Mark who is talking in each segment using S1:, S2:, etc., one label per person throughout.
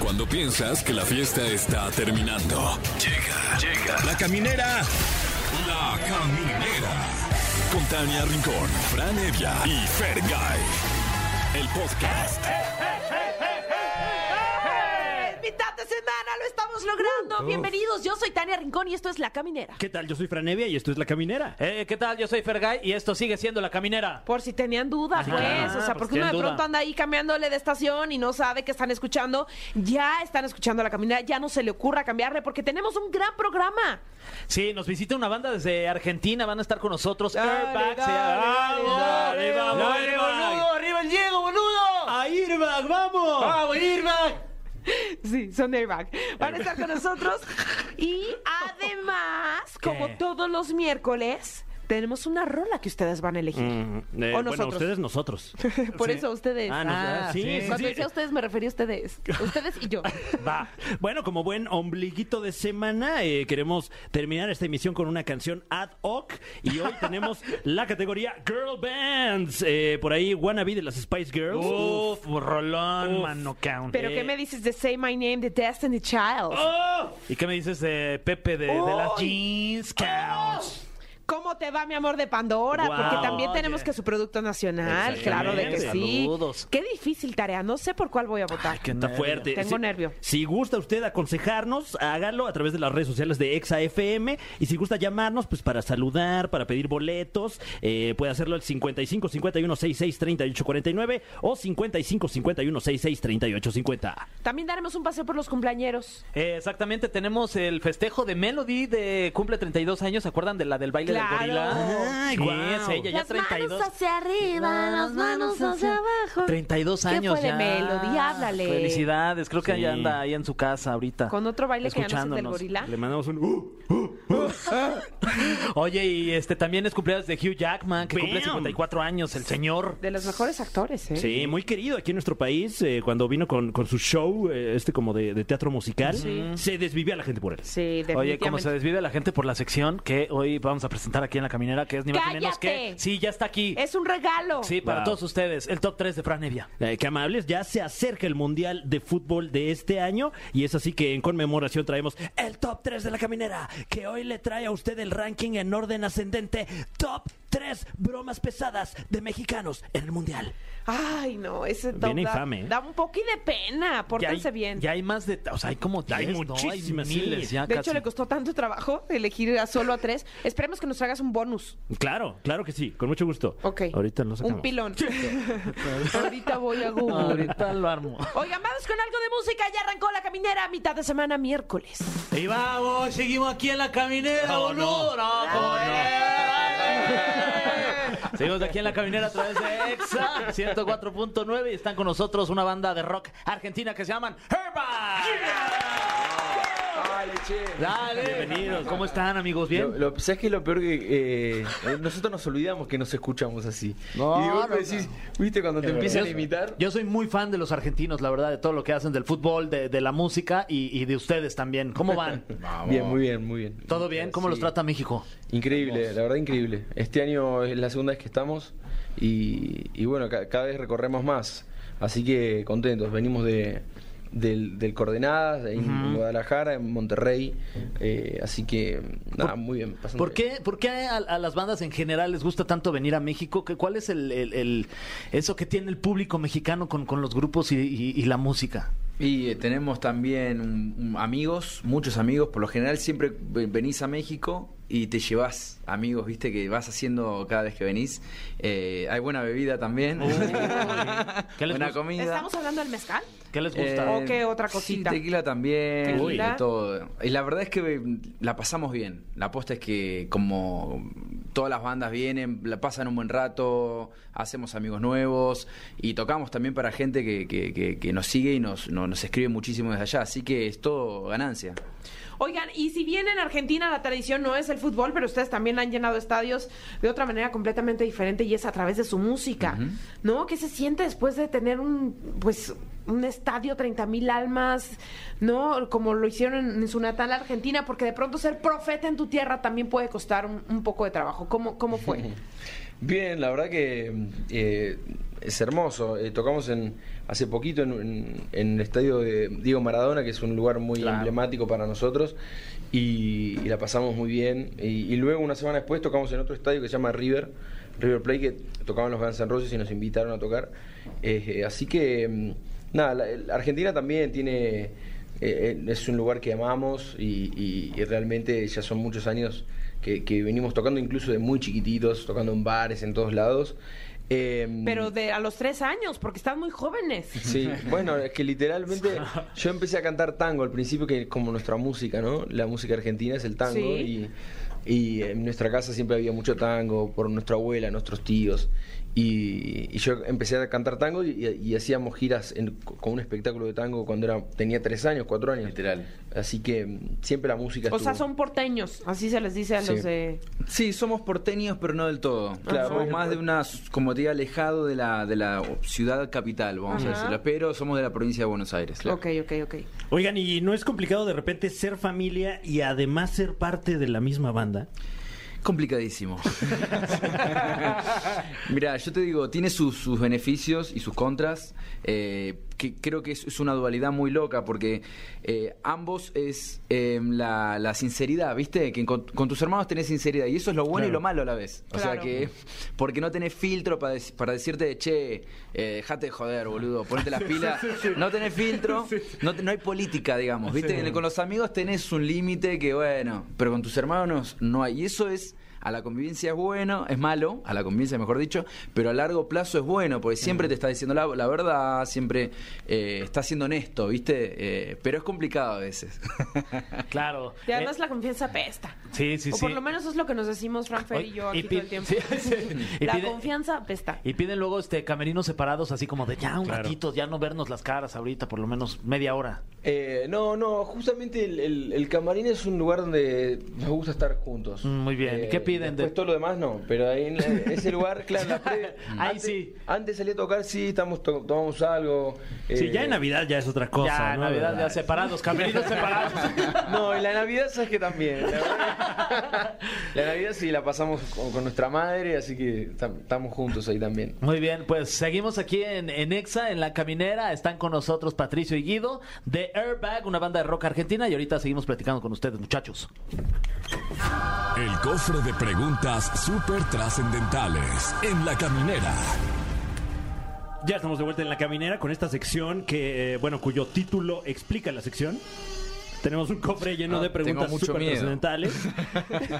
S1: Cuando piensas que la fiesta está terminando. Llega, llega. La caminera. La caminera. Con Tania Rincón, Fran Evia y Fer El podcast.
S2: El Eh, mitad de semana lo estamos logrando. Bienvenidos, yo soy Tania Rincón y esto es La Caminera.
S3: ¿Qué tal? Yo soy Franevia y esto es La Caminera.
S4: Eh, ¿Qué tal? Yo soy Fergay y esto sigue siendo La Caminera.
S2: Por si tenían duda,
S4: Ajá,
S2: pues. O sea,
S4: por
S2: porque
S4: si
S2: uno de
S4: tienen duda.
S2: pronto anda ahí cambiándole de estación y no sabe que están escuchando. Ya están escuchando La Caminera, ya no se le ocurra cambiarle porque tenemos un gran programa.
S4: Sí, nos visita una banda desde Argentina, van a estar con nosotros.
S2: Dale,
S4: Airbag, se
S2: dale,
S4: llama-
S2: dale,
S4: ¡Vamos,
S2: dale,
S4: vamos,
S3: dale,
S4: Airbag!
S3: boludo,
S2: ¡Arriba el Diego, boludo!
S3: ¡A Airbag, vamos!
S2: Ah, Sí, son airbag. Van a estar con nosotros. Y además, como todos los miércoles, tenemos una rola que ustedes van a elegir.
S3: Mm, eh,
S2: O
S3: bueno,
S2: nosotros.
S3: ustedes nosotros.
S2: Por eso ustedes.
S3: Ah, no,
S4: Ah,
S3: sí,
S4: sí.
S3: sí,
S2: Cuando
S3: sí.
S2: decía ustedes, me refería a ustedes. Ustedes y yo.
S3: Va. Bueno, como buen ombliguito de semana, eh, queremos terminar esta emisión con una canción ad hoc. Y hoy tenemos la categoría Girl Bands. Eh, por ahí, Wannabe de las Spice Girls.
S2: Oh,
S4: Uf, rolón,
S3: Uf.
S4: mano count.
S2: Pero, ¿qué me dices de Say My Name de Destiny Child?
S4: ¡Oh! ¿Y qué me dices de Pepe de, de las Jeans Counts?
S2: ¿Cómo te va, mi amor de Pandora?
S3: Wow.
S2: Porque también
S4: Oye.
S2: tenemos que su producto nacional, claro de que sí.
S4: Saludos.
S2: Qué difícil tarea, no sé por cuál voy a votar.
S3: Que está fuerte.
S2: Tengo
S3: Si-
S2: nervio.
S3: Si gusta usted aconsejarnos, hágalo a través de las redes sociales de ExaFM. Y si gusta llamarnos, pues para saludar, para pedir boletos, eh, puede hacerlo al 55 51 66 38 49 o 55 51 66 38 50.
S2: También daremos un paseo por los cumpleañeros.
S4: Eh, exactamente, tenemos el festejo de Melody de cumple 32 años. ¿Se acuerdan de la del baile
S2: Claro.
S4: del gorila?
S3: Ay,
S4: sí,
S3: guau.
S4: es ella, ya
S2: las
S4: 32.
S2: manos hacia arriba, las manos hacia abajo.
S4: 32
S2: ¿Qué
S4: años
S2: fue de
S4: ya.
S2: Melody? Háblale.
S4: Felicidades, creo que
S3: Sí.
S4: ella anda ahí en su casa ahorita.
S2: Con otro baile que ya no es el del
S4: escuchándonos.
S2: gorila.
S3: Le mandamos un. ¡uh!
S4: Oye, y este también es cumpleaños de Hugh Jackman, que cumple
S3: Bam.
S4: 54 años, el señor.
S2: De los mejores actores, ¿eh?
S3: Sí, muy querido aquí en nuestro país. eh, cuando vino con, con su show, eh, este como de, de teatro musical, se desvivía la gente por él.
S2: Sí, definitivamente.
S4: Oye, como se desvive la gente por la sección que hoy vamos a presentar aquí en la caminera, que es ni más ni menos
S2: ¡Cállate!
S4: que. Sí, ya está aquí.
S2: Es un regalo.
S4: Sí, para
S3: Wow.
S4: todos ustedes, el top 3 de Fran Evia.
S3: Eh, qué amables, ya se acerca el Mundial de Fútbol de este año y es así que en conmemoración traemos el top 3 de la caminera, que hoy le trae a usted el ranking en orden ascendente, top 3 bromas pesadas de mexicanos en el Mundial.
S2: Ay, no, ese top
S3: Viene
S2: da,
S3: infame, ¿eh?
S2: da un poco de pena,
S4: Ya
S2: pórtense
S4: hay-
S2: bien.
S4: Ya hay más de. O sea, hay como.
S3: Hay
S4: 10, ¿no?
S3: muchísimas, sí.
S4: miles ya
S2: de
S4: casi.
S2: hecho, le costó tanto trabajo elegir a solo a tres. Esperemos que nos hagas un bonus.
S3: Claro, claro que sí, con mucho gusto.
S2: Ok.
S3: Ahorita lo sacamos.
S2: Un pilón. Ahorita voy a Google.
S4: Ahorita lo armo.
S2: Oigan, vamos con algo de música. Ya arrancó la caminera a mitad de semana, miércoles.
S4: Y vamos, seguimos aquí en la caminera, boludo. No, ¿cómo no? Seguimos aquí en la caminera a través de EXA 104.9 y están con nosotros una banda de rock argentina que se llaman Herba. Dale, bienvenidos. ¿Cómo están, amigos?
S5: Lo,
S4: ¿Bien?
S5: lo, ¿Sabes qué es lo peor que eh, nosotros nos olvidamos que nos escuchamos así?
S4: No,
S5: y de golpe
S4: no,
S5: decís, ¿viste cuando te empiezan a imitar?
S4: Yo soy muy fan de los argentinos, la verdad, de todo lo que hacen, del fútbol, de, de la música y, y de ustedes también. ¿Cómo van?
S5: Bien, muy bien, muy bien.
S4: ¿Todo bien? ¿Cómo
S5: Sí.
S4: los trata México?
S5: Increíble, la verdad increíble. Este año es la segunda vez que estamos y, y bueno, ca- cada vez recorremos más. Así que contentos, venimos de, del, del Coordenadas, de ahí en Guadalajara, en Monterrey. eh, así que nada, muy bien. pasando
S4: ¿Por
S5: bien.
S4: qué, por qué a, a las bandas en general les gusta tanto venir a México? ¿Qué- ¿Cuál es el, el- el- eso que tiene el público mexicano con, con los grupos y, y- y la música?
S6: Y eh, tenemos también un- un- amigos, muchos amigos. Por lo general siempre ve- venís a México y te llevas amigos, viste, que vas haciendo cada vez que venís. Eh, hay buena bebida también.
S4: ¿Qué les
S6: buena
S4: gusta?
S6: comida.
S2: ¿Estamos hablando del mezcal?
S4: ¿Qué les
S5: Eh,
S4: gusta?
S2: ¿O qué otra
S6: Eh, sí,
S2: cosita?
S6: tequila también,
S2: Tequila.
S6: de todo. Y la verdad es que eh, la pasamos bien. La posta es que como todas las bandas vienen, la pasan un buen rato, hacemos amigos nuevos y tocamos también para gente que, que- que- que nos sigue y nos, no- nos escribe muchísimo desde allá. Así que es todo ganancia.
S2: Oigan, y si bien en Argentina la tradición no es el fútbol, pero ustedes también han llenado estadios de otra manera completamente diferente y es a través de su música, ¿no? ¿Qué se siente después de tener un, pues, un estadio, 30 mil almas, ¿no? Como lo hicieron en, en su natal Argentina, porque de pronto ser profeta en tu tierra también puede costar un, un poco de trabajo. ¿Cómo, cómo fue?
S5: Bien, la verdad que eh, es hermoso. Eh, tocamos en hace poquito en, en- en el estadio de Diego Maradona, que es un lugar muy
S4: Claro.
S5: emblemático para nosotros, y, y la pasamos muy bien. Y, y luego, una semana después, tocamos en otro estadio que se llama River, River Play, que tocaban los Guns N' Roses y nos invitaron a tocar. Eh, eh, así que, mm, nada, la- la Argentina también tiene. Eh, eh, es un lugar que amamos y, y- y realmente ya son muchos años que, que venimos tocando, incluso de muy chiquititos, tocando en bares, en todos lados. Em,
S2: Pero de a los tres años, porque están muy jóvenes.
S5: Sí, bueno, es que literalmente yo empecé a cantar tango al principio, que como nuestra música, ¿no? La música argentina es el tango
S2: Sí.
S5: y, y en nuestra casa siempre había mucho tango por nuestra abuela, nuestros tíos. Y, y yo empecé a cantar tango y, y hacíamos giras en- con un espectáculo de tango cuando era, tenía tres años, cuatro años.
S6: Literal.
S5: Así que mm, siempre la música
S2: O sea,
S5: estuvo.
S2: son porteños, así se les dice a
S5: Sí.
S2: los de...
S6: Sí, somos porteños, pero no del todo.
S5: Claro,
S6: somos
S5: porque-
S6: más de una, como te digo, alejado de la, de la ciudad capital, vamos
S2: Ajá.
S6: a decirlo. Pero somos de la provincia de Buenos Aires. claro.
S2: Ok, ok, ok.
S3: Oigan, ¿y no es complicado de repente ser familia y además ser parte de la misma banda?
S6: Complicadísimo. Mira, yo te digo, tiene sus, sus beneficios y sus contras. eh, que creo que es, es una dualidad muy loca porque eh, ambos es eh, la, la sinceridad, ¿viste? Que con, con tus hermanos tenés sinceridad y eso es lo bueno y
S3: Claro.
S6: lo malo a la vez. O sea
S2: Claro.
S6: que, porque no tenés filtro para, dec- para decirte, che, eh, dejate de joder, boludo, ponete las pilas. No tenés filtro, no, te- no hay política, digamos, ¿viste? En el- Con los amigos tenés un límite que, bueno, pero con tus hermanos no hay. Y eso es, a la convivencia es bueno, es malo, a la convivencia mejor dicho, pero a largo plazo es bueno, porque siempre te está diciendo la, la verdad, siempre eh, está siendo honesto, ¿viste? Eh, pero es complicado a veces.
S4: Claro. Eh,
S2: Y además la confianza pesta.
S4: Sí, sí,
S2: o
S4: sí.
S2: por lo menos es lo que nos decimos Franfer y yo aquí todo el tiempo. La confianza pesta.
S4: Y piden luego este camerinos separados, así como de ya un
S3: Claro.
S4: ratito, ya no vernos las caras ahorita, por lo menos media hora.
S5: Eh, no, no, justamente el, el- el camarín es un lugar donde nos gusta estar juntos. Eh,
S4: Mm, muy bien. ¿Y qué piden de-
S5: Después todo lo demás no, pero ahí en la- ese lugar, claro, en la previa-
S4: Ahí
S5: antes,
S4: sí.
S5: Antes salí a tocar, sí, estamos to- tomamos algo.
S3: sí,
S5: eh,
S3: ya en Navidad ya es otra cosa.
S4: ya,
S3: ¿no?
S4: Navidad, ya separados, camerinos separados.
S5: No, en la Navidad sabes que también. La, verdad- la Navidad sí la pasamos con, con nuestra madre, así que tam- estamos juntos ahí también.
S4: Muy bien, pues seguimos aquí en, en Exa, en La Caminera. Están con nosotros Patricio y Guido de Airbag, una banda de rock argentina. Y ahorita seguimos platicando con ustedes, muchachos.
S1: El cofre de preguntas súper trascendentales en la caminera.
S3: Ya estamos de vuelta en la caminera con esta sección que, eh, bueno, cuyo título explica la sección. Tenemos un cofre lleno
S6: Ah,
S3: de preguntas
S6: tengo mucho
S3: súper
S6: miedo.
S3: trascendentales.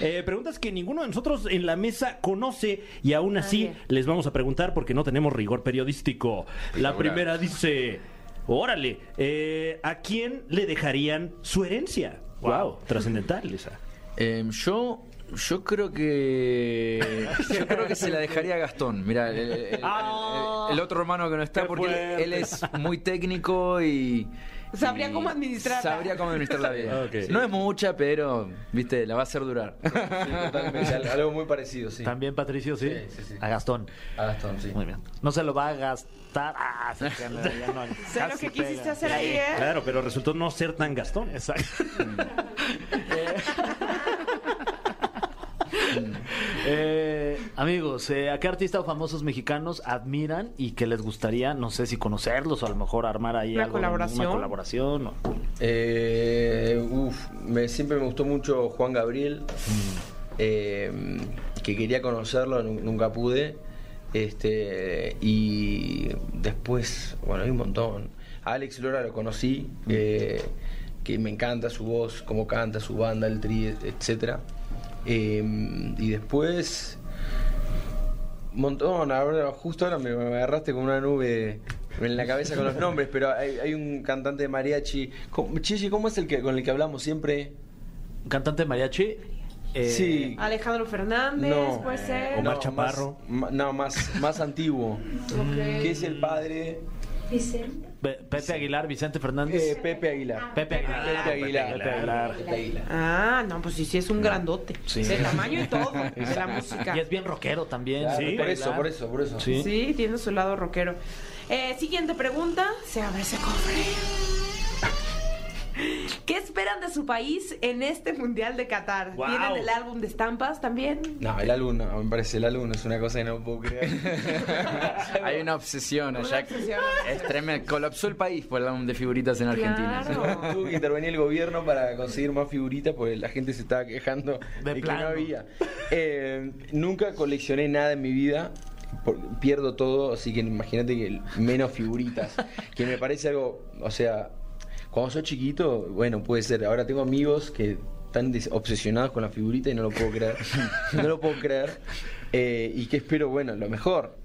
S3: Eh, preguntas que ninguno de nosotros en la mesa conoce y aún así
S2: bien.
S3: les vamos a preguntar porque no tenemos rigor periodístico. La primera dice: Órale, eh, ¿a quién le dejarían su herencia? Wow, trascendental, esa.
S6: Em, yo, yo creo que. Yo creo que se la dejaría a Gastón. Mira, el, el- el-
S3: Ah.
S6: el otro hermano que no está,
S3: Qué
S6: porque él,
S3: fuerte.
S6: él es muy técnico y.
S2: Sabría
S6: y
S2: cómo administrarla.
S6: Sabría cómo administrarla bien.
S3: Ok.
S6: Sí. No es mucha, pero, viste, la va a hacer durar.
S5: Sí, totalmente, al- algo muy parecido, sí.
S4: También Patricio, ¿sí?
S5: Sí, sí, sí.
S4: A Gastón.
S5: A Gastón, sí.
S4: Muy bien. No se lo va a gastar. Ah, se queda, ya no,
S2: Sé lo
S4: casi
S2: que quisiste
S4: pega.
S2: hacer ahí, ¿eh?
S3: Claro, pero resultó no ser tan Gastón.
S4: Exacto. Eh, amigos, eh, ¿a qué artista o famosos mexicanos admiran y que les gustaría, no sé si conocerlos o a lo mejor armar ahí
S2: Una
S4: algo,
S2: colaboración.
S4: una colaboración? o-
S5: Eh, uf, me, siempre me gustó mucho Juan Gabriel, eh, que quería conocerlo, nu- nunca pude. Este, y después, bueno, hay un montón. A Alex Lora lo conocí, eh, que me encanta su voz, cómo canta, su banda, el tri, etc. y después, montón, ahora, justo ahora me, me agarraste con una nube en la cabeza con los nombres, pero hay, hay un cantante de mariachi. ¿Cómo- Chichi, ¿cómo es el que con el que hablamos siempre?
S4: ¿Un cantante de mariachi? Eh,
S5: sí.
S2: Alejandro Fernández,
S5: No.
S2: puede ser.
S3: Omar
S5: No,
S3: Chaparro.
S5: más- ma- no, más, más antiguo.
S2: Ok.
S5: Que es el padre
S4: Pe- Pepe Aguilar, Vicente Fernández.
S5: eh, Pepe Aguilar.
S4: Pepe Aguilar. Ah,
S5: Pepe Aguilar.
S4: Pepe Aguilar.
S5: Pepe Aguilar.
S2: Ah, no, pues sí, sí es un grandote.
S4: Sí.
S2: De tamaño y todo, de la música.
S4: Y es bien rockero también.
S5: Claro,
S3: Sí.
S5: por eso, por eso, por eso.
S4: Sí.
S2: Sí, tiene su lado rockero. Eh, siguiente pregunta. Se abre ese cofre. ¿Qué esperan eran de su país en este Mundial de Qatar.
S3: Wow.
S2: Tienen el álbum de estampas también.
S5: No, el alumno, me parece el alumno, es una cosa que no puedo creer.
S6: Hay una obsesión allá.
S2: obsesión.
S6: Es tremendo. Colapsó el país por el álbum de figuritas en Argentina.
S2: Claro.
S5: Tuvo que intervenir el gobierno para conseguir más figuritas porque la gente se estaba quejando de, que
S4: plano.
S5: no había. Eh, nunca coleccioné nada en mi vida. por- pierdo todo, así que imagínate que el- menos figuritas. que me parece algo, o sea, cuando soy chiquito, bueno, puede ser. Ahora tengo amigos que están des- obsesionados con la figurita y no lo puedo creer. no lo puedo creer. Eh, y que espero, bueno, lo mejor.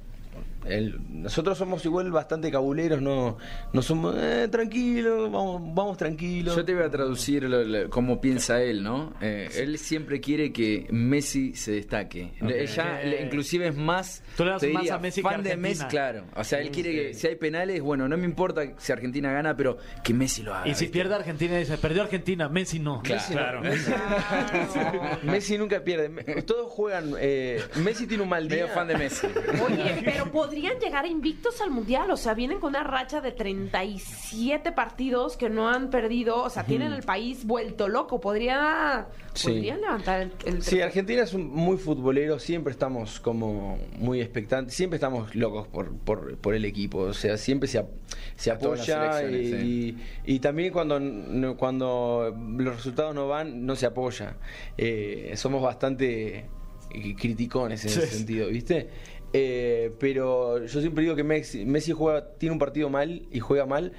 S5: El- nosotros somos igual bastante cabuleros, no, no somos eh, tranquilos, vamos, vamos tranquilos.
S6: Yo te voy a traducir lo- lo- cómo piensa él, ¿no? Eh, él siempre quiere que Messi se destaque. Ella le- inclusive es más,
S4: Eh, Tú le das
S6: te
S4: más
S6: diría,
S4: a Messi que a
S6: fan de
S4: Argentina.
S6: Messi, claro. O sea, él quiere que si hay penales, bueno, no me importa si Argentina gana, pero que Messi lo haga.
S4: Y si
S6: ¿viste?
S4: pierde Argentina, dice, perdió Argentina, Messi no.
S3: Claro.
S2: Claro.
S5: Messi nunca pierde. Me- Todos juegan. eh, Messi tiene un mal día.
S6: Medio fan de Messi.
S2: Oye, pero podrían llegar invictos al mundial, o sea, vienen con una racha de 37 partidos que no han perdido, o sea, tienen el país vuelto loco, podría
S5: Sí.
S2: podrían levantar el, el-
S5: Sí, Argentina es un- muy futbolero, siempre estamos como muy expectantes, siempre estamos locos por, por, por el equipo, o sea, siempre se, ap- se
S6: A todas las
S5: apoya y,
S6: selecciones,
S5: y- y también cuando, n- cuando los resultados no van, no se apoya. Eh, somos bastante eh, criticones en ese sentido, ¿viste? Eh, pero yo siempre digo que Messi, Messi juega, tiene un partido mal y juega mal.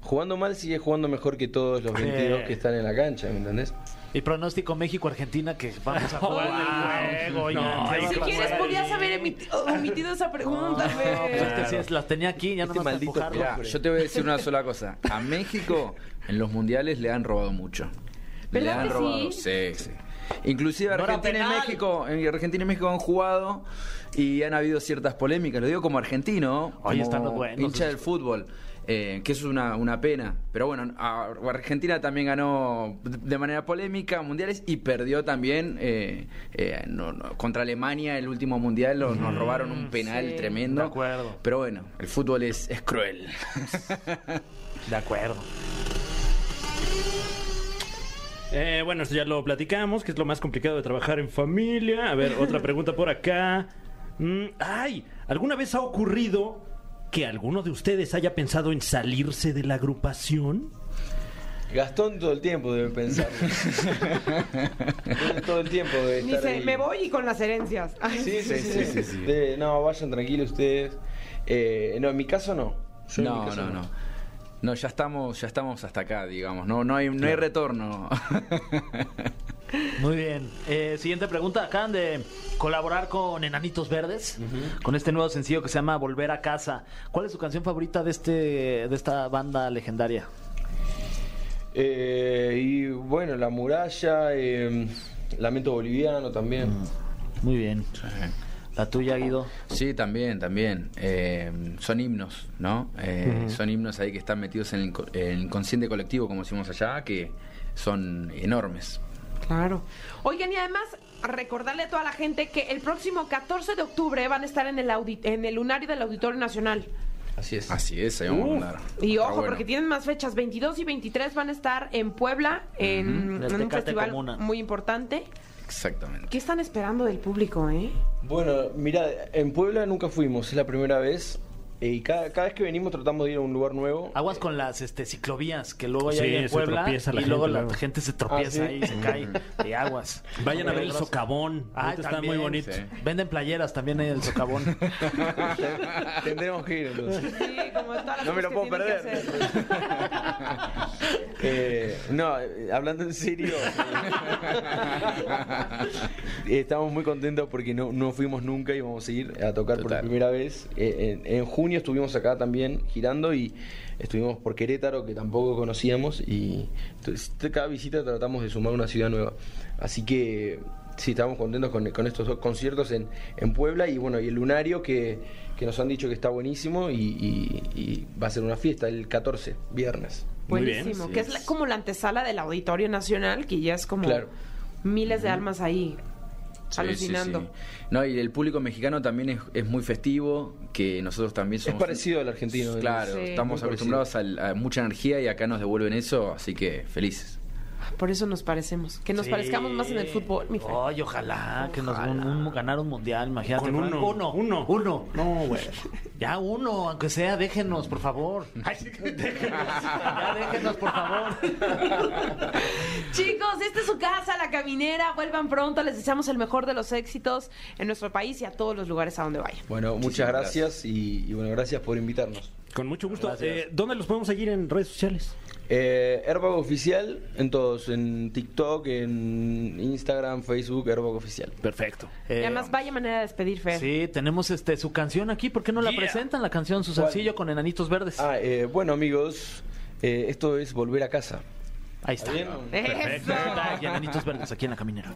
S5: Jugando mal sigue jugando mejor que todos los 22 que están en la cancha, ¿me entendés?
S4: Y pronóstico México-Argentina que vamos a jugar el juego.
S3: No,
S4: ya, ¿qué
S3: ahí
S4: va a
S2: Si
S3: sí
S4: pasar?
S2: quieres podías haber emiti- omitido esa
S4: No,
S5: Ah,
S2: pregunta.
S4: pues es
S2: güey.
S4: que sí, es- las tenía aquí, ya
S5: Este
S4: no más
S5: maldito
S4: empujarlo.
S6: Mirá, yo te voy a decir una sola cosa. A México en los mundiales le han robado mucho. Le
S2: ¿Verdad
S6: han
S2: que
S6: robado, sí, sí. Inclusive
S4: No era
S6: Argentina y
S4: penal.
S6: México, en Argentina y México han jugado y han habido ciertas polémicas. Lo digo como argentino,
S4: Ahí
S6: como
S4: están los buenos.
S6: hincha del fútbol, eh, que eso es una, una pena. Pero bueno, a- Argentina también ganó de manera polémica mundiales y perdió también eh, eh, no- no, contra Alemania el último mundial. lo-
S4: Mm,
S6: Nos robaron un penal
S2: sí,
S6: tremendo.
S4: de acuerdo.
S6: Pero bueno, el fútbol es, es cruel.
S4: De acuerdo.
S3: Eh, bueno, esto ya lo platicamos, que es lo más complicado de trabajar en familia. A ver, otra pregunta por acá. Mm, ay, ¿alguna vez ha ocurrido que alguno de ustedes haya pensado en salirse de la agrupación?
S5: Gastón todo el tiempo debe pensar. todo el tiempo debe estar
S2: Dice,
S5: ahí.
S2: me voy y con las herencias. Ay,
S5: Sí, sí, sí.
S6: Sí, sí, sí,
S5: sí,
S6: sí.
S5: De, no, vayan tranquilos ustedes. Eh, no, en mi caso no. Yo en mi
S6: No,
S5: caso
S6: no, no. No, ya estamos, ya estamos hasta acá, digamos. No, no hay, no hay retorno.
S4: Muy bien. Eh, siguiente pregunta. Acaban de colaborar con Enanitos Verdes, con este nuevo sencillo que se llama Volver a Casa. ¿Cuál es su canción favorita de, este, de esta banda legendaria?
S5: Eh, y bueno, la muralla, eh, Lamento Boliviano también.
S6: Mm.
S4: Muy bien. La tuya, Guido.
S6: sí, también, también. Eh, son himnos, ¿no? Eh, Son himnos ahí que están metidos en el, co- en el inconsciente colectivo, como decimos allá, que son enormes.
S2: Claro. Oigan, y además recordarle a toda la gente que el próximo 14 de octubre van a estar en el, audi- en el lunario del Auditorio Nacional.
S5: Así es.
S6: Así es, ahí vamos a andar.
S2: Uh, Y
S6: Está
S2: ojo,
S6: bueno.
S2: porque tienen más fechas, 22 y 23 van a estar en Puebla, en,
S4: En
S2: en
S4: el
S2: un
S4: Tecate
S2: festival
S4: Comuna.
S2: muy importante.
S6: Exactamente.
S2: ¿Qué están esperando del público, eh?
S5: Bueno, mira, en Puebla nunca fuimos, es la primera vez. Eh, Y cada, cada vez que venimos tratamos de ir a un lugar nuevo.
S6: Ah,
S4: Aguas con las este, ciclovías, que luego hay
S3: Sí,
S4: ahí en
S3: se
S4: Puebla
S3: tropieza la
S4: y luego
S3: gente
S4: la
S3: luego.
S4: gente se tropieza
S5: Ah, ¿sí?
S4: ahí, se cae de aguas.
S3: Vayan a ver el
S4: Peligroso.
S3: socavón.
S4: Ah,
S3: Ahorita está muy
S4: también.
S3: bonito.
S6: sí.
S4: Venden playeras también ahí en el socavón.
S5: Tendremos que ir entonces.
S2: Sí, como todas las
S5: No
S2: cosas
S5: me lo puedo
S2: que tienen que
S5: perder.
S2: hacer.
S5: Eh, no, eh, hablando en serio. eh, Estamos muy contentos porque no, no fuimos nunca y vamos a ir a tocar por
S6: Total.
S5: primera vez. Eh, en, en junio estuvimos acá también girando y estuvimos por Querétaro, que tampoco conocíamos. Y entonces, cada visita tratamos de sumar una ciudad nueva. Así que sí, estamos contentos con, con estos dos conciertos en, en Puebla y bueno, y el Lunario que, que nos han dicho que está buenísimo y, y- y va a ser una fiesta el 14, viernes.
S3: Muy bien,
S2: Buenísimo,
S6: así
S2: que es, la-
S6: es.
S2: como la antesala del Auditorio Nacional, que ya es como
S5: Claro.
S2: miles de almas ahí,
S6: Sí,
S2: alucinando.
S6: sí, sí. No, y el público mexicano también es, es muy festivo, que nosotros también somos...
S5: parecido al argentino,
S6: Claro,
S2: Sí.
S6: estamos
S5: Muy
S6: acostumbrados al- a, mucha energía y acá nos devuelven eso, así que felices.
S2: Por eso nos parecemos. Que nos
S4: Sí.
S2: parezcamos más en el fútbol, mi Fran.
S4: Ay, ojalá que nos un, un- ganar un mundial, imagínate.
S3: Con
S4: Fran.
S3: uno,
S4: uno.
S3: uno.
S4: uno. No, güey. Ya uno, aunque sea, déjenos, por favor. Ay, sí, déjenos. Ya déjenos, por favor.
S2: Chicos, esta es su casa, La Caminera. Vuelvan pronto. Les deseamos el mejor de los éxitos en nuestro país y a todos los lugares a donde vayan.
S5: Bueno, muchas gracias, Y, y bueno, gracias por invitarnos.
S3: Con mucho gusto. Eh, ¿Dónde los podemos seguir en redes sociales?
S5: Eh, Airbag Oficial en todos, en TikTok, en Instagram, Facebook, Airbag Oficial.
S3: Perfecto.
S2: y
S4: Eh,
S2: además, vaya manera de despedir, Fer.
S4: Sí, tenemos este su canción aquí. ¿Por qué no la
S3: Yeah.
S4: presentan la canción, su
S5: ¿Cuál?
S4: sencillo con enanitos verdes?
S5: Ah, eh, bueno amigos, eh, esto es Volver a Casa.
S4: Ahí está.
S2: Eso.
S4: Perfecto. Y enanitos verdes aquí en la caminera.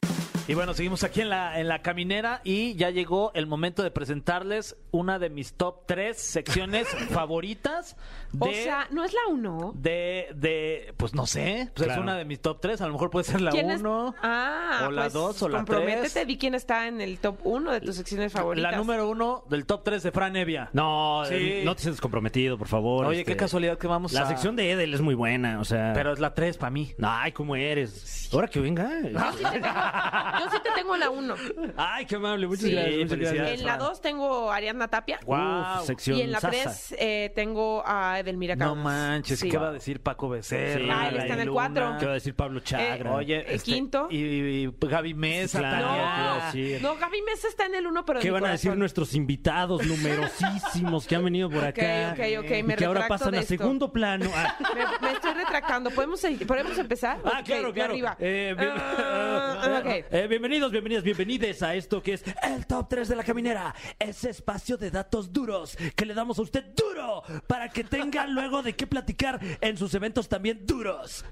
S4: Y bueno, seguimos aquí en la, en la caminera y ya llegó el momento de presentarles una de mis top tres secciones favoritas de,
S2: O sea, no es la uno.
S4: de, de- pues no sé, pues
S3: Claro.
S4: es una de mis top tres, a lo mejor puede ser la
S2: ¿Quién es-
S4: uno,
S2: Ah,
S4: o la
S2: pues,
S4: dos, o la
S2: comprométete,
S4: tres.
S2: di quién está en el top uno de tus secciones favoritas.
S4: la número uno del top tres de Fran Evia.
S3: No,
S4: Sí.
S3: eh, no te sientas comprometido, por favor.
S4: Oye,
S3: este.
S4: qué casualidad que vamos
S3: La
S4: a-
S3: sección de Edel es muy buena, o sea.
S4: Pero es la tres para mí.
S3: Ay, ¿cómo eres? Ahora que venga.
S2: Yo sí te tengo en la uno.
S3: Ay, qué amable, muchas
S2: Sí,
S3: gracias. muchas
S4: felicidades.
S3: gracias.
S2: En la
S4: Fran.
S2: dos tengo a Ariadna Tapia.
S3: Guau,
S4: Wow.
S3: sección
S2: Y en la
S3: Sasa.
S2: tres eh, tengo a Edelmira
S4: No
S2: Cárdenas.
S4: manches,
S2: Sí. Eh,
S4: ¿qué va a decir Paco Becerra?
S2: Ah, él está en el
S4: Luna?
S2: cuatro.
S3: ¿Qué va a decir Pablo Chagra?
S4: Oye,
S2: Eh,
S4: este,
S2: quinto.
S4: Y, y Gaby Mesa,
S3: Claro,
S4: Tania.
S3: ¿qué va a decir?
S2: No, Gaby Mesa está en el uno, pero en
S3: ¿Qué
S2: mi
S3: van a decir
S2: corazón.
S3: nuestros invitados numerosísimos que han venido por acá?
S2: ok, ok, me
S3: y que ahora
S2: retracto
S3: pasan
S2: de
S3: a
S2: esto.
S3: segundo plano. Ah,
S2: Me, me estoy retractando. ¿Podemos, seguir- ¿podemos empezar?
S3: Ah,
S2: Ok,
S3: claro,
S2: de
S3: claro.
S2: Arriba.
S3: Eh, bien-
S2: Ah, ok.
S3: Eh, bienvenidos, bienvenidas, bienvenides a esto que es el Top 3 de la Caminera. Ese espacio de datos duros que le damos a usted duro para que tenga luego de qué platicar en sus eventos también duros.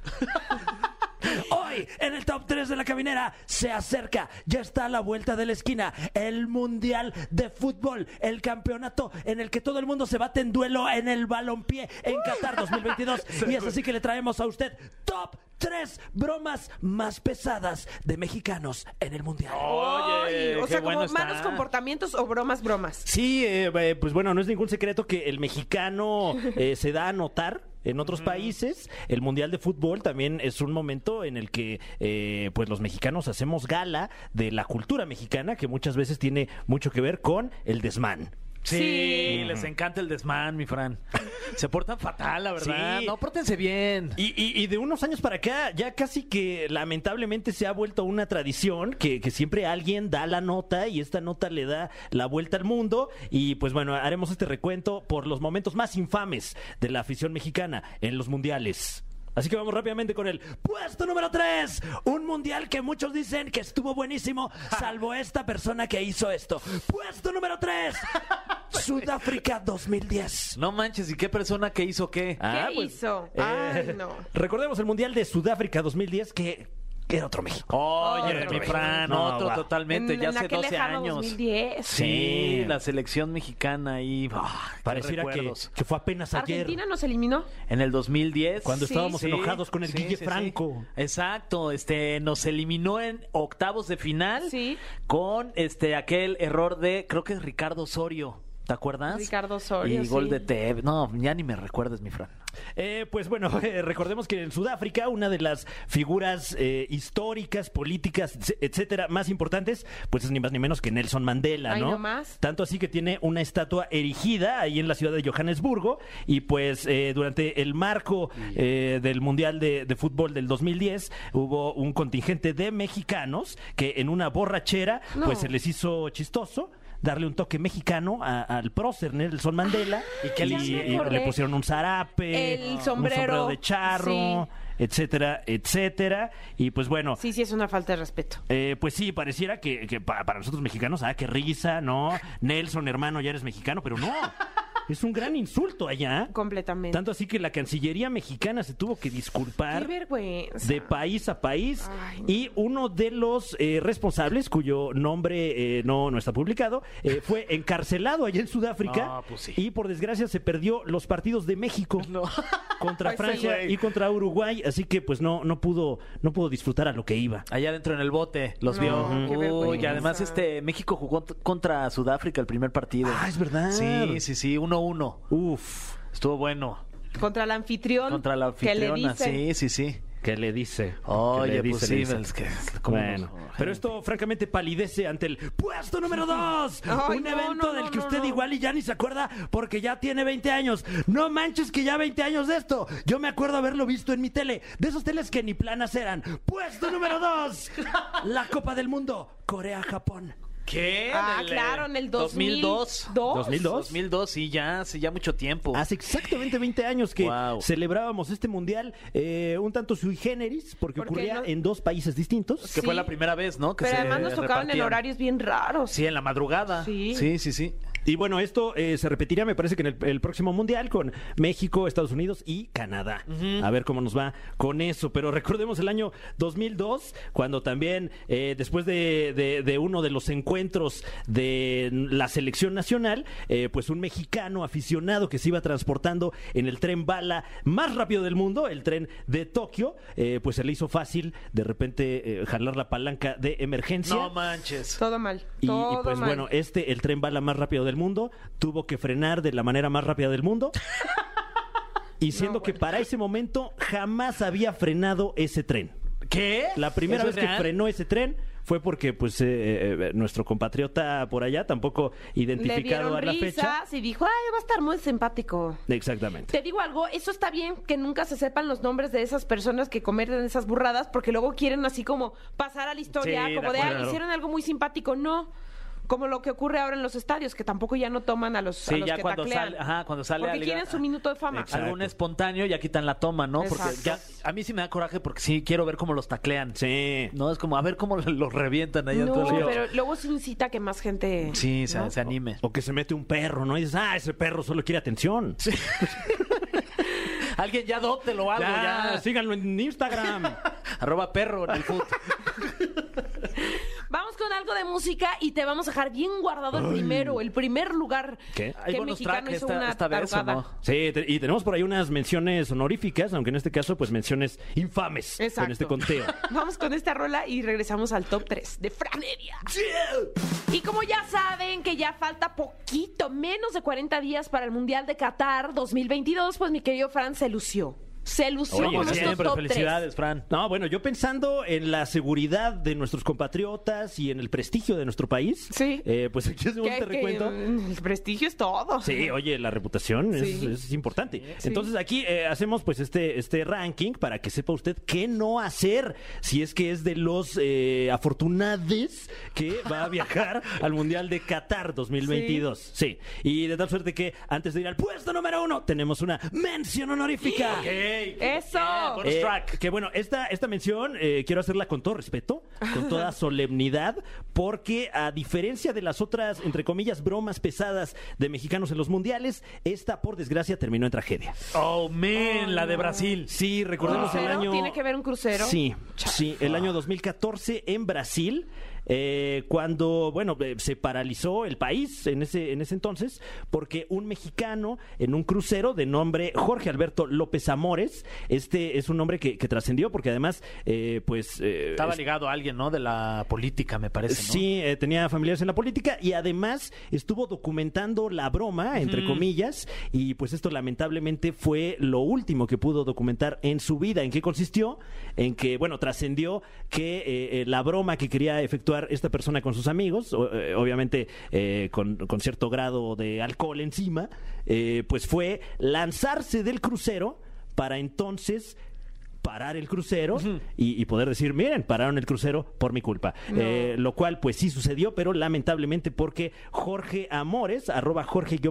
S3: Hoy, en el top 3 de la caminera, se acerca, ya está a la vuelta de la esquina, el Mundial de Fútbol, el campeonato en el que todo el mundo se bate en duelo en el balompié en Qatar 2022. y es así que le traemos a usted top 3 bromas más pesadas de mexicanos en el Mundial.
S4: Oye,
S2: Ay, o
S4: Eh, qué
S2: sea,
S4: bueno
S2: como
S4: está.
S2: malos comportamientos o bromas, bromas.
S3: Sí, eh, eh, pues bueno, no es ningún secreto que el mexicano eh, se da a notar. En otros países, el Mundial de Fútbol también es un momento en el que eh, pues los mexicanos hacemos gala de la cultura mexicana, que muchas veces tiene mucho que ver con el desmán.
S4: Sí,
S2: Sí.
S4: les encanta el desmán, mi Fran. Se portan fatal, la verdad.
S3: Sí.
S4: No, pórtense bien.
S3: Y, y- y de unos años para acá, ya casi que lamentablemente se ha vuelto una tradición que, que siempre alguien da la nota y esta nota le da la vuelta al mundo. Y pues bueno, haremos este recuento por los momentos más infames de la afición mexicana en los mundiales. Así que vamos rápidamente con el puesto número 3. Un mundial que muchos dicen que estuvo buenísimo, salvo esta persona que hizo esto. Puesto número 3. Sudáfrica 2010.
S4: No manches, ¿y qué persona que hizo qué?
S3: Ah.
S2: ¿Qué hizo?
S4: eh,
S2: Ay, no.
S3: Eh, Recordemos el Mundial de Sudáfrica 2010 que que era otro México.
S4: Oye,
S2: Otro
S4: mi
S2: México.
S4: Fran,
S3: No,
S4: otro
S3: guau.
S4: totalmente,
S2: En-
S4: ya
S2: en
S4: hace
S2: aquel
S4: 12
S2: lejano
S4: años.
S2: 2010.
S4: Sí,
S3: Sí.
S4: la selección mexicana ahí. ah, qué
S3: Pareciera que,
S4: recuerdos.
S3: que fue apenas
S4: Pues,
S3: ayer.
S2: Argentina nos eliminó.
S4: En el 2010.
S3: Cuando
S2: Sí,
S3: estábamos
S4: Sí,
S3: enojados con el
S4: sí,
S3: Guille
S4: sí, sí.
S3: Franco.
S4: Exacto, este nos eliminó en octavos de final
S2: Sí.
S4: con este aquel error de creo que es Ricardo Osorio. ¿Te acuerdas?
S2: Ricardo Osorio,
S4: Y gol
S2: sí.
S4: de Teb. No, ya ni me recuerdes, mi Fran.
S3: Eh, pues bueno, eh, recordemos que en Sudáfrica una de las figuras eh, históricas, políticas, etc- etcétera, más importantes, pues es ni más ni menos que Nelson Mandela,
S2: Ay,
S3: ¿no?
S2: no más.
S3: Tanto así que tiene una estatua erigida ahí en la ciudad de Johannesburgo y pues eh, durante el marco eh, del Mundial de, de Fútbol del 2010 hubo un contingente de mexicanos que en una borrachera
S2: No.
S3: pues se les hizo chistoso darle un toque mexicano a- al prócer Nelson Mandela y,
S2: qué lindo. Ya me acordé.
S3: le pusieron un zarape,
S2: El
S3: un
S2: sombrero.
S3: de charro, etcétera, etcétera. Y pues bueno,
S2: Sí, sí, es una falta de respeto.
S3: eh, pues sí, pareciera que, que pa- para, nosotros mexicanos, ah, qué risa, ¿no? Nelson, hermano, ya eres mexicano, pero no. Es un gran insulto allá. ¿eh?
S2: Completamente.
S3: Tanto así que la Cancillería mexicana se tuvo que disculpar
S2: Qué vergüenza.
S3: de país a país
S2: Ay, no.
S3: y uno de los eh, responsables cuyo nombre eh, no, no está publicado eh, fue encarcelado allá en Sudáfrica
S4: Ah, pues sí.
S3: y por desgracia se perdió los partidos de México contra
S2: Pues sí.
S3: Francia y contra Uruguay así que pues no no pudo no pudo disfrutar a lo que iba
S4: Allá adentro en el bote los
S2: No,
S4: vio.
S2: qué
S4: Uy, y
S2: vergüenza.
S4: además este México jugó t- contra Sudáfrica el primer partido.
S3: Ah, es verdad.
S4: Sí, sí, sí, 1-1.
S3: uf
S4: Estuvo bueno.
S2: Contra el anfitrión.
S4: Contra la
S2: que le
S4: anfitriona.
S2: dice,
S4: Sí, sí, sí.
S3: ¿Qué le dice? ¿Qué
S4: Oye,
S3: le dice?
S4: pues
S3: Le
S4: sí,
S3: dice.
S4: es que... ¿cómo
S3: Bueno,
S4: nos-
S3: pero esto francamente palidece ante el puesto número 2.
S2: Ay,
S3: Un
S2: no,
S3: evento
S2: no, no,
S3: del que
S2: no,
S3: usted
S2: no.
S3: igual y ya ni se acuerda porque ya tiene 20 años. No manches que ya 20 años de esto. Yo me acuerdo haberlo visto en mi tele, de esos teles que ni planas eran. Puesto número 2. La Copa del Mundo, Corea-Japón.
S4: ¿Qué?
S2: Ah,
S4: Del, eh,
S2: claro, en el
S4: 2002.
S2: 2002.
S3: 2002.
S4: 2002, sí, ya, sí, ya mucho tiempo.
S3: Hace exactamente 20 años que
S4: Wow.
S3: celebrábamos este mundial eh, un tanto sui generis porque
S2: Porque
S3: ocurría
S2: no-
S3: en dos países distintos.
S4: que fue
S2: sí.
S4: la primera vez, ¿no? Que
S2: Pero
S4: se
S2: además nos tocaban en
S4: repartían.
S2: horarios bien raros.
S4: Sí, en la madrugada.
S2: Sí.
S4: sí, sí. sí.
S3: Y bueno, esto eh, se repetirá, me parece que en el, el próximo Mundial con México, Estados Unidos y Canadá. A ver cómo nos va con eso. Pero recordemos el año 2002, cuando también, eh, después de, de- de uno de los encuentros de la selección nacional, eh, pues un mexicano aficionado que se iba transportando en el tren bala más rápido del mundo, el tren de Tokio, eh, pues se le hizo fácil de repente eh, jalar la palanca de emergencia.
S4: No manches.
S2: Todo mal.
S3: Y, y,
S2: todo
S3: pues
S2: mal.
S3: bueno, este, el tren bala más rápido del mundo, tuvo que frenar de la manera más rápida del mundo. Y siendo que para ese momento jamás había frenado ese tren.
S4: ¿Qué?
S3: La primera
S4: ¿Eso
S3: vez
S4: es
S3: que
S4: real?
S3: frenó ese tren fue porque pues eh, eh, nuestro compatriota por allá tampoco
S2: Le
S3: identificado
S2: dieron
S3: a la fecha.
S2: risas y dijo, ay, va a estar muy simpático.
S3: Exactamente.
S2: Te digo algo, eso está bien que nunca se sepan los nombres de esas personas que cometen esas burradas porque luego quieren así como pasar a la historia,
S4: Sí, de
S2: como de, "Ay,
S4: acuerdo.
S2: hicieron algo muy simpático. No, como lo que ocurre ahora en los estadios, que tampoco ya no toman a los, a
S4: Sí,
S2: los
S4: ya
S2: que
S4: cuando
S2: taclean.
S4: sale, ajá, cuando sale ah,
S2: porque
S4: algo-
S2: quieren su minuto de fama.
S3: Exacto.
S4: Algún espontáneo ya quitan la toma, ¿no? Porque
S2: Exacto.
S4: ya, a mí sí me da coraje porque sí quiero ver cómo los taclean.
S3: Sí.
S4: No, es como a ver cómo los revientan allá
S2: No,
S4: atrás.
S2: pero luego se incita a que más gente...
S4: Sí, se,
S2: ¿no?
S4: se anime.
S3: O que se mete un perro, ¿no? Y dices, ah, ese perro solo quiere atención.
S4: Alguien ya adóptelo o algo,
S3: Ya,
S4: ya.
S3: síganlo en Instagram.
S4: Arroba perro en el foot.
S2: Vamos con algo de música y te vamos a dejar bien guardado el primero, el primer lugar
S3: ¿Qué?
S2: que el mexicano hizo una tarugada.
S3: Sí, te- y tenemos por ahí unas menciones honoríficas, aunque en este caso, pues menciones infames
S2: Exacto.
S3: en este conteo.
S2: Vamos con esta rola y regresamos al top 3 de Franeria. Y como ya saben que ya falta poquito, menos de 40 días para el Mundial de Qatar 2022, pues mi querido Fran se lució. Se lució
S3: Oye,
S2: con
S3: como
S2: estos
S4: siempre,
S2: top
S4: felicidades, Fran.
S3: No, bueno, yo pensando en la seguridad de nuestros compatriotas y en el prestigio de nuestro país,
S2: Sí.
S3: eh, pues aquí hacemos
S2: 3.
S3: este
S2: Que- que,
S3: recuento.
S2: mm, el prestigio es todo.
S3: Sí, oye, la reputación es,
S2: Sí.
S3: es importante.
S2: Sí.
S3: Entonces aquí eh, hacemos pues este, este ranking para que sepa usted qué no hacer si es que es de los eh, afortunades que va a viajar al Mundial de Qatar 2022. Sí. Y de tal suerte que antes de ir al puesto número uno tenemos una mención honorífica.
S2: Eso.
S4: bonus
S3: Eh,
S4: track.
S3: que bueno, esta, esta mención eh, quiero hacerla con todo respeto, con toda solemnidad, porque a diferencia de las otras, entre comillas, bromas pesadas de mexicanos en los mundiales, esta, por desgracia, terminó en tragedia.
S4: Oh, man, la de Brasil.
S3: Sí, recordemos el
S2: ¿Crucero?
S3: año...
S2: ¿Tiene que ver un crucero?
S3: Sí, sí, el año 2014 en Brasil, eh, cuando, bueno, eh, se paralizó el país en ese, en ese entonces, porque un mexicano en un crucero de nombre Jorge Alberto López Amores, este es un nombre que, que trascendió porque además, eh, pues... eh,
S4: Estaba ligado a alguien, ¿no? De la política, me parece, ¿no?
S3: Sí, eh, tenía familiares en la política y además estuvo documentando la broma, entre comillas, y pues esto lamentablemente fue lo último que pudo documentar en su vida. ¿En qué consistió? En que, bueno, trascendió que eh, eh, la broma que quería efectuar esta persona con sus amigos, o- eh, obviamente eh, con, con cierto grado de alcohol encima, eh, pues fue lanzarse del crucero para entonces parar el crucero y, y poder decir, miren, pararon el crucero por mi culpa. Eh, lo cual, pues sí sucedió, pero lamentablemente porque Jorge Amores, arroba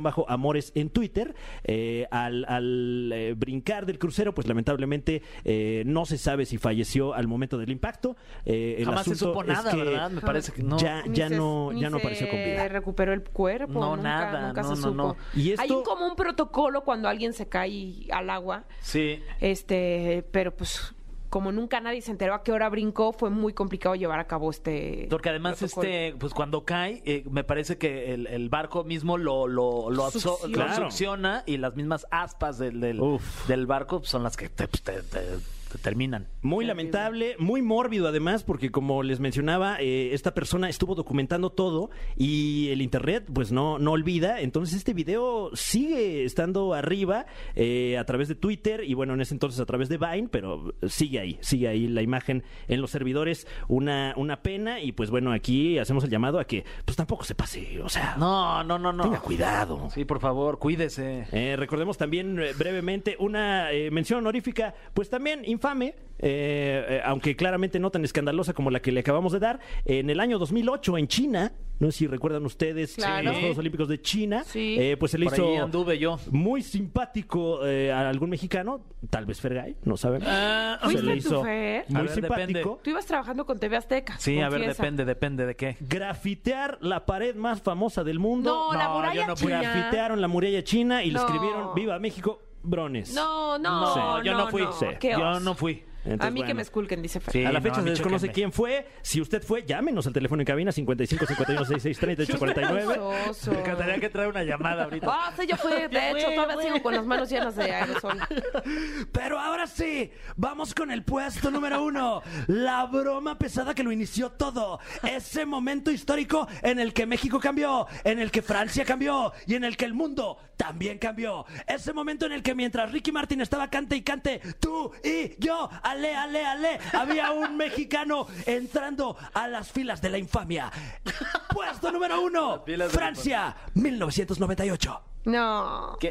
S3: Jorge-Amores en Twitter, eh, al, al, eh, brincar del crucero, pues lamentablemente eh, no se sabe si falleció al momento del impacto. Eh, el
S4: Jamás se
S3: asunto
S4: supo
S3: es
S4: nada,
S3: que
S4: ¿verdad? Me parece que no.
S3: Ya,
S2: Ni
S3: ya
S2: se-
S3: no,
S2: ni
S3: ya no
S2: se
S3: apareció con vida.
S2: recuperó el cuerpo.
S4: No,
S2: nunca,
S4: nada,
S2: Nunca
S4: no,
S2: se
S4: no,
S2: supo.
S4: no.
S3: Y esto-
S2: Hay un, como un protocolo cuando alguien se cae y- al agua.
S4: Sí.
S2: Este, pero pues como nunca nadie se enteró a qué hora brincó, fue muy complicado llevar a cabo este.
S4: Porque además,
S2: protocolo.
S4: este, pues cuando cae, eh, me parece que el, el barco mismo lo, lo, lo, absor-
S2: Succiona.
S4: lo
S3: Claro.
S4: succiona y las mismas aspas del, del,
S3: Uf.
S4: del barco son las que te, pues, te- te que terminan.
S3: Muy lamentable, muy mórbido además, porque como les mencionaba, eh, esta persona estuvo documentando todo y el internet pues no, no olvida. Entonces este video sigue estando arriba eh, a través de Twitter y bueno, en ese entonces a través de Vine, pero sigue ahí, sigue ahí la imagen en los servidores, una, una pena y pues bueno, aquí hacemos el llamado a que pues tampoco se pase, o sea,
S4: No, no, no, no.
S3: tenga cuidado.
S4: Sí, por favor, cuídese.
S3: Eh, recordemos también eh, brevemente una eh, mención honorífica, pues también infame, eh, eh, aunque claramente no tan escandalosa como la que le acabamos de dar, en el año 2008 en China, no sé si recuerdan ustedes
S2: Claro.
S3: los Juegos Olímpicos de China,
S2: Sí.
S3: eh, pues se le
S4: Por
S3: hizo
S4: ahí anduve yo.
S3: muy simpático eh, a algún mexicano, tal vez Fergay, no saben. se
S2: Ah, ¿Fuiste
S3: le
S2: tú,
S3: hizo
S2: Fer?
S3: muy
S4: A ver,
S3: simpático.
S4: depende.
S2: Tú ibas trabajando con TV Azteca.
S4: Sí, a ver,
S2: confiesa.
S4: depende, depende de qué.
S3: Grafitear la pared más famosa del mundo.
S2: No, la
S4: No,
S2: muralla
S4: yo no fui.
S2: china.
S3: Grafitearon la muralla china y le
S2: No.
S3: escribieron Viva México, brones.
S2: No, no,
S3: No,
S2: no,
S4: yo no fui.
S3: Sí.
S2: qué
S4: Yo
S2: oso.
S4: no fui.
S3: Entonces,
S2: a mí que
S3: bueno.
S2: me esculquen, dice Fer.
S4: Sí.
S3: a la
S4: no,
S3: fecha
S4: a
S3: se
S4: mí
S3: desconoce
S4: chóquenme.
S3: quién fue. Si usted fue, llámenos al teléfono en cabina 55 51 66 30 849.
S2: Oso.
S4: Me encantaría que trae una llamada ahorita.
S2: Ah, sí, yo fui. De hecho, todavía sigo con las manos llenas de aerosol.
S3: Pero ahora sí, vamos con el puesto número uno. La broma pesada que lo inició todo. Ese momento histórico en el que México cambió, en el que Francia cambió y en el que el mundo también cambió. Ese momento en el que mientras Ricky Martin estaba cante y cante, tú y yo, ale, ale, ale, había un mexicano entrando a las filas de la infamia. Puesto número uno, Francia, 1998.
S2: No.
S4: ¿Qué?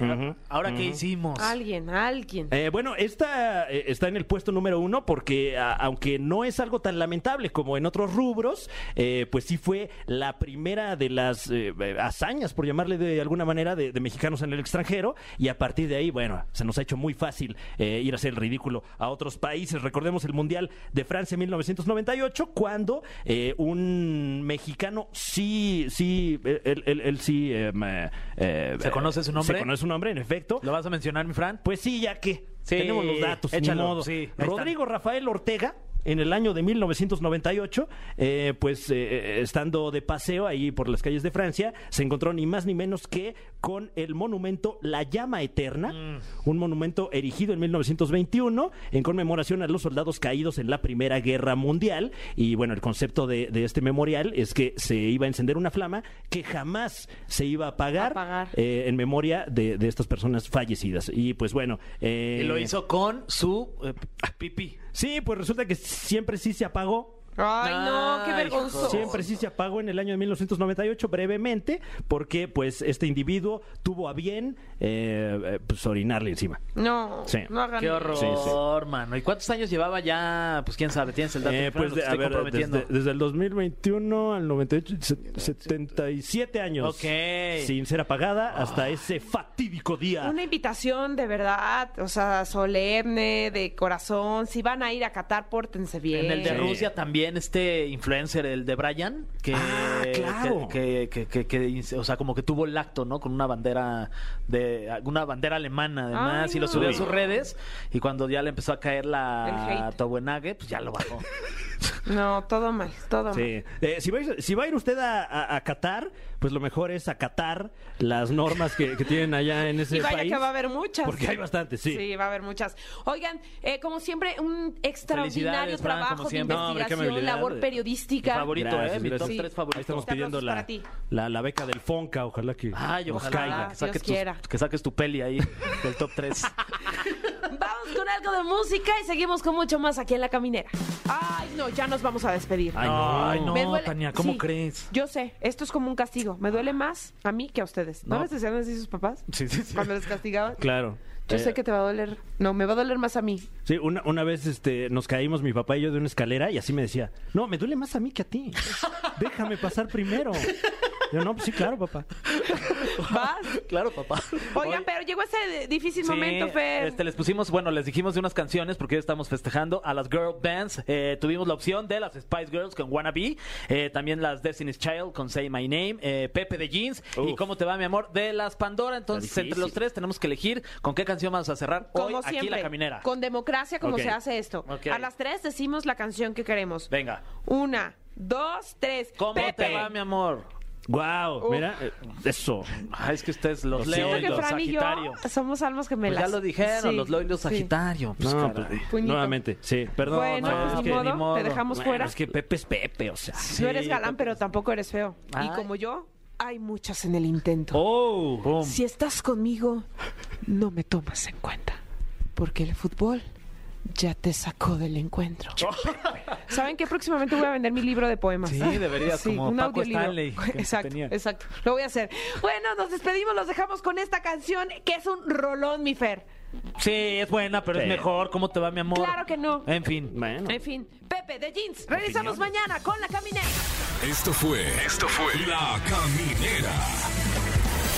S4: ¿Ahora qué hicimos?
S2: Alguien, alguien.
S3: Eh, bueno, esta eh, está en el puesto número uno porque a- aunque no es algo tan lamentable como en otros rubros, eh, pues sí fue la primera de las eh, eh, hazañas, por llamarle de alguna manera, de, de mexicanos en el extranjero y a partir de ahí, bueno, se nos ha hecho muy fácil eh, ir a hacer el ridículo a otros países. Recordemos el Mundial de Francia en 1998 cuando eh, un mexicano sí, sí, él, él- él sí... eh, eh, eh,
S4: ¿Se conoce su nombre?
S3: Se conoce su nombre, en efecto.
S4: ¿Lo vas a mencionar, mi Fran?
S3: Pues sí, ya que
S4: Sí,
S3: tenemos los datos. ni
S4: échalo,
S3: modo.
S4: sí, ahí
S3: Rodrigo Rafael Ortega. En el año de 1998, eh, pues eh, eh, estando de paseo ahí por las calles de Francia, se encontró ni más ni menos que con el monumento La Llama Eterna,
S4: Mm.
S3: un monumento erigido en 1921 en conmemoración a los soldados caídos en la Primera Guerra Mundial. Y bueno, el concepto de, de este memorial es que se iba a encender una flama que jamás se iba a apagar,
S2: Apagar.
S3: eh, en memoria de, de estas personas fallecidas. Y pues bueno. eh,
S4: Y lo hizo con su eh, pipí.
S3: Sí, pues resulta que siempre sí se apagó.
S2: Ay, no, qué
S4: Ay,
S2: vergonzoso.
S3: Siempre sí se apagó en el año de 1998 brevemente porque pues este individuo tuvo a bien eh, eh, pues orinarle encima.
S2: No,
S3: Sí.
S2: no hagan
S4: Qué horror,
S3: Sí,
S4: mano. ¿Y cuántos años llevaba ya? Pues quién sabe, tienes el dato.
S3: Eh,
S4: Fran,
S3: pues
S4: o te
S3: de- a
S4: estoy
S3: ver,
S4: comprometiendo.
S3: desde, desde el 2021 al 98, se- 77 años.
S4: Ok.
S3: Sin ser apagada hasta ese fatídico día.
S2: Una invitación de verdad, o sea, solemne, de corazón. Si van a ir a Qatar, pórtense bien.
S4: En el de
S3: Sí.
S4: Rusia también este influencer, el de Brian, que,
S3: Ah, claro.
S4: que, que, que- que- que- o sea, como que tuvo el acto, ¿no? Con una bandera de una bandera alemana además
S2: Ay,
S4: y lo subió
S2: no.
S4: a sus redes y cuando ya le empezó a caer
S2: El
S4: la
S2: hate.
S4: tobuenague, pues ya lo bajó.
S2: No, todo mal, todo mal.
S3: Sí. Eh, si, va a ir, si va a ir usted a, a- a Qatar, pues lo mejor es acatar las normas que, que tienen allá en ese
S2: Y vaya
S3: país.
S2: que va a haber muchas.
S3: Porque hay bastantes, sí.
S2: Sí, va a haber muchas. Oigan, eh, como siempre, un extraordinario
S4: Felicidades, Fran,
S2: trabajo
S4: como
S2: de
S4: siempre.
S3: No, hombre, qué
S2: investigación,
S3: amabilidad.
S2: labor periodística.
S4: Mi favorito,
S3: Gracias,
S4: eh, mi top
S3: gracias.
S4: tres
S3: Ahí
S4: favorito.
S3: estamos
S2: Aplausos
S3: pidiendo la,
S2: para ti.
S3: la, la beca del Fonca, ojalá que
S4: Ay,
S3: nos
S4: ojalá
S3: caiga.
S4: que,
S2: Dios
S4: saques
S2: quiera.
S4: tus- que saques tu peli ahí del top 3.
S2: Vamos con algo de música y seguimos con mucho más aquí en La Caminera. Ay, no, ya nos vamos a despedir.
S3: Ay, no.
S4: Ay, no,
S2: Me duele-
S4: Tania, ¿cómo
S2: sí,
S4: crees?
S2: Yo sé, esto es como un castigo. Me duele más a mí que a ustedes. ¿No,
S4: No.
S2: les decían así sus papás?
S4: Sí, sí, sí.
S2: Cuando les castigaban.
S3: Claro.
S2: Yo
S3: Eh,
S2: sé que te va a doler. No, me va a doler más a mí.
S3: Sí, una, una vez este, nos caímos mi papá y yo de una escalera y así me decía, no, me duele más a mí que a ti. Déjame pasar primero. Yo, no, pues sí, claro, papá.
S2: Vas.
S4: Claro, papá.
S2: Oigan, pero llegó ese difícil
S4: Sí,
S2: momento, Fer.
S4: Este, les pusimos, bueno, les dijimos de unas canciones porque hoy estamos festejando a las girl bands. Eh, tuvimos la opción de las Spice Girls con Wanna Be, eh, también las Destiny's Child con Say My Name, eh, Pepe de Jeans
S3: Uf.
S4: y Cómo Te Va Mi Amor de las Pandora. Entonces,
S3: Está difícil.
S4: entre los tres tenemos que elegir con qué canción vamos a cerrar hoy
S2: como
S4: aquí
S2: siempre,
S4: la caminera.
S2: con democracia como
S3: Ok.
S2: se hace esto.
S4: Ok.
S2: A las tres decimos la canción que queremos.
S4: Venga.
S2: Una, dos, tres.
S4: ¿Cómo
S2: Pepe.
S4: te va, mi amor?
S3: ¡Guau! Mira, eh, eso.
S4: Ay, es que ustedes los
S3: Lo
S4: leo
S2: Siento
S4: y
S2: que
S4: los
S2: Fran y yo
S4: Sagitario.
S2: somos almas
S4: Pues
S2: gemelas.
S4: ya lo dijeron,
S2: Sí,
S4: los leo y los
S2: sí.
S4: Sagitario. Pues,
S3: No,
S4: caray.
S3: pues,
S2: Puñito.
S3: nuevamente, sí, perdón.
S2: Bueno,
S3: no,
S2: pues
S3: es
S2: ni,
S3: que-
S2: modo,
S4: ni modo.
S2: te dejamos
S3: Bueno,
S2: fuera.
S3: Es que Pepe es Pepe, o sea.
S2: no eres
S4: Sí,
S2: galán, pero tampoco eres feo.
S4: Ay.
S2: Y como yo, hay muchas en el intento.
S3: ¡Oh!
S4: Pum.
S2: Si estás conmigo, no me tomas en cuenta, porque el fútbol ya te sacó del encuentro. ¿Saben que próximamente voy a vender mi libro de poemas?
S4: Sí, deberías, como
S2: un
S4: Paco
S2: audiolibro.
S4: Stanley, que
S2: Exacto,
S4: tenía.
S2: exacto. Lo voy a hacer. Bueno, nos despedimos, los dejamos con esta canción que es un rolón, mi Fer.
S4: Sí, es buena, pero es
S3: Sí.
S4: mejor. ¿Cómo te va, mi amor?
S2: Claro que no.
S4: En fin.
S3: Bueno.
S2: En fin, Pepe de Jeans. Regresamos mañana con la caminera.
S1: Esto fue. Esto fue. La Caminera.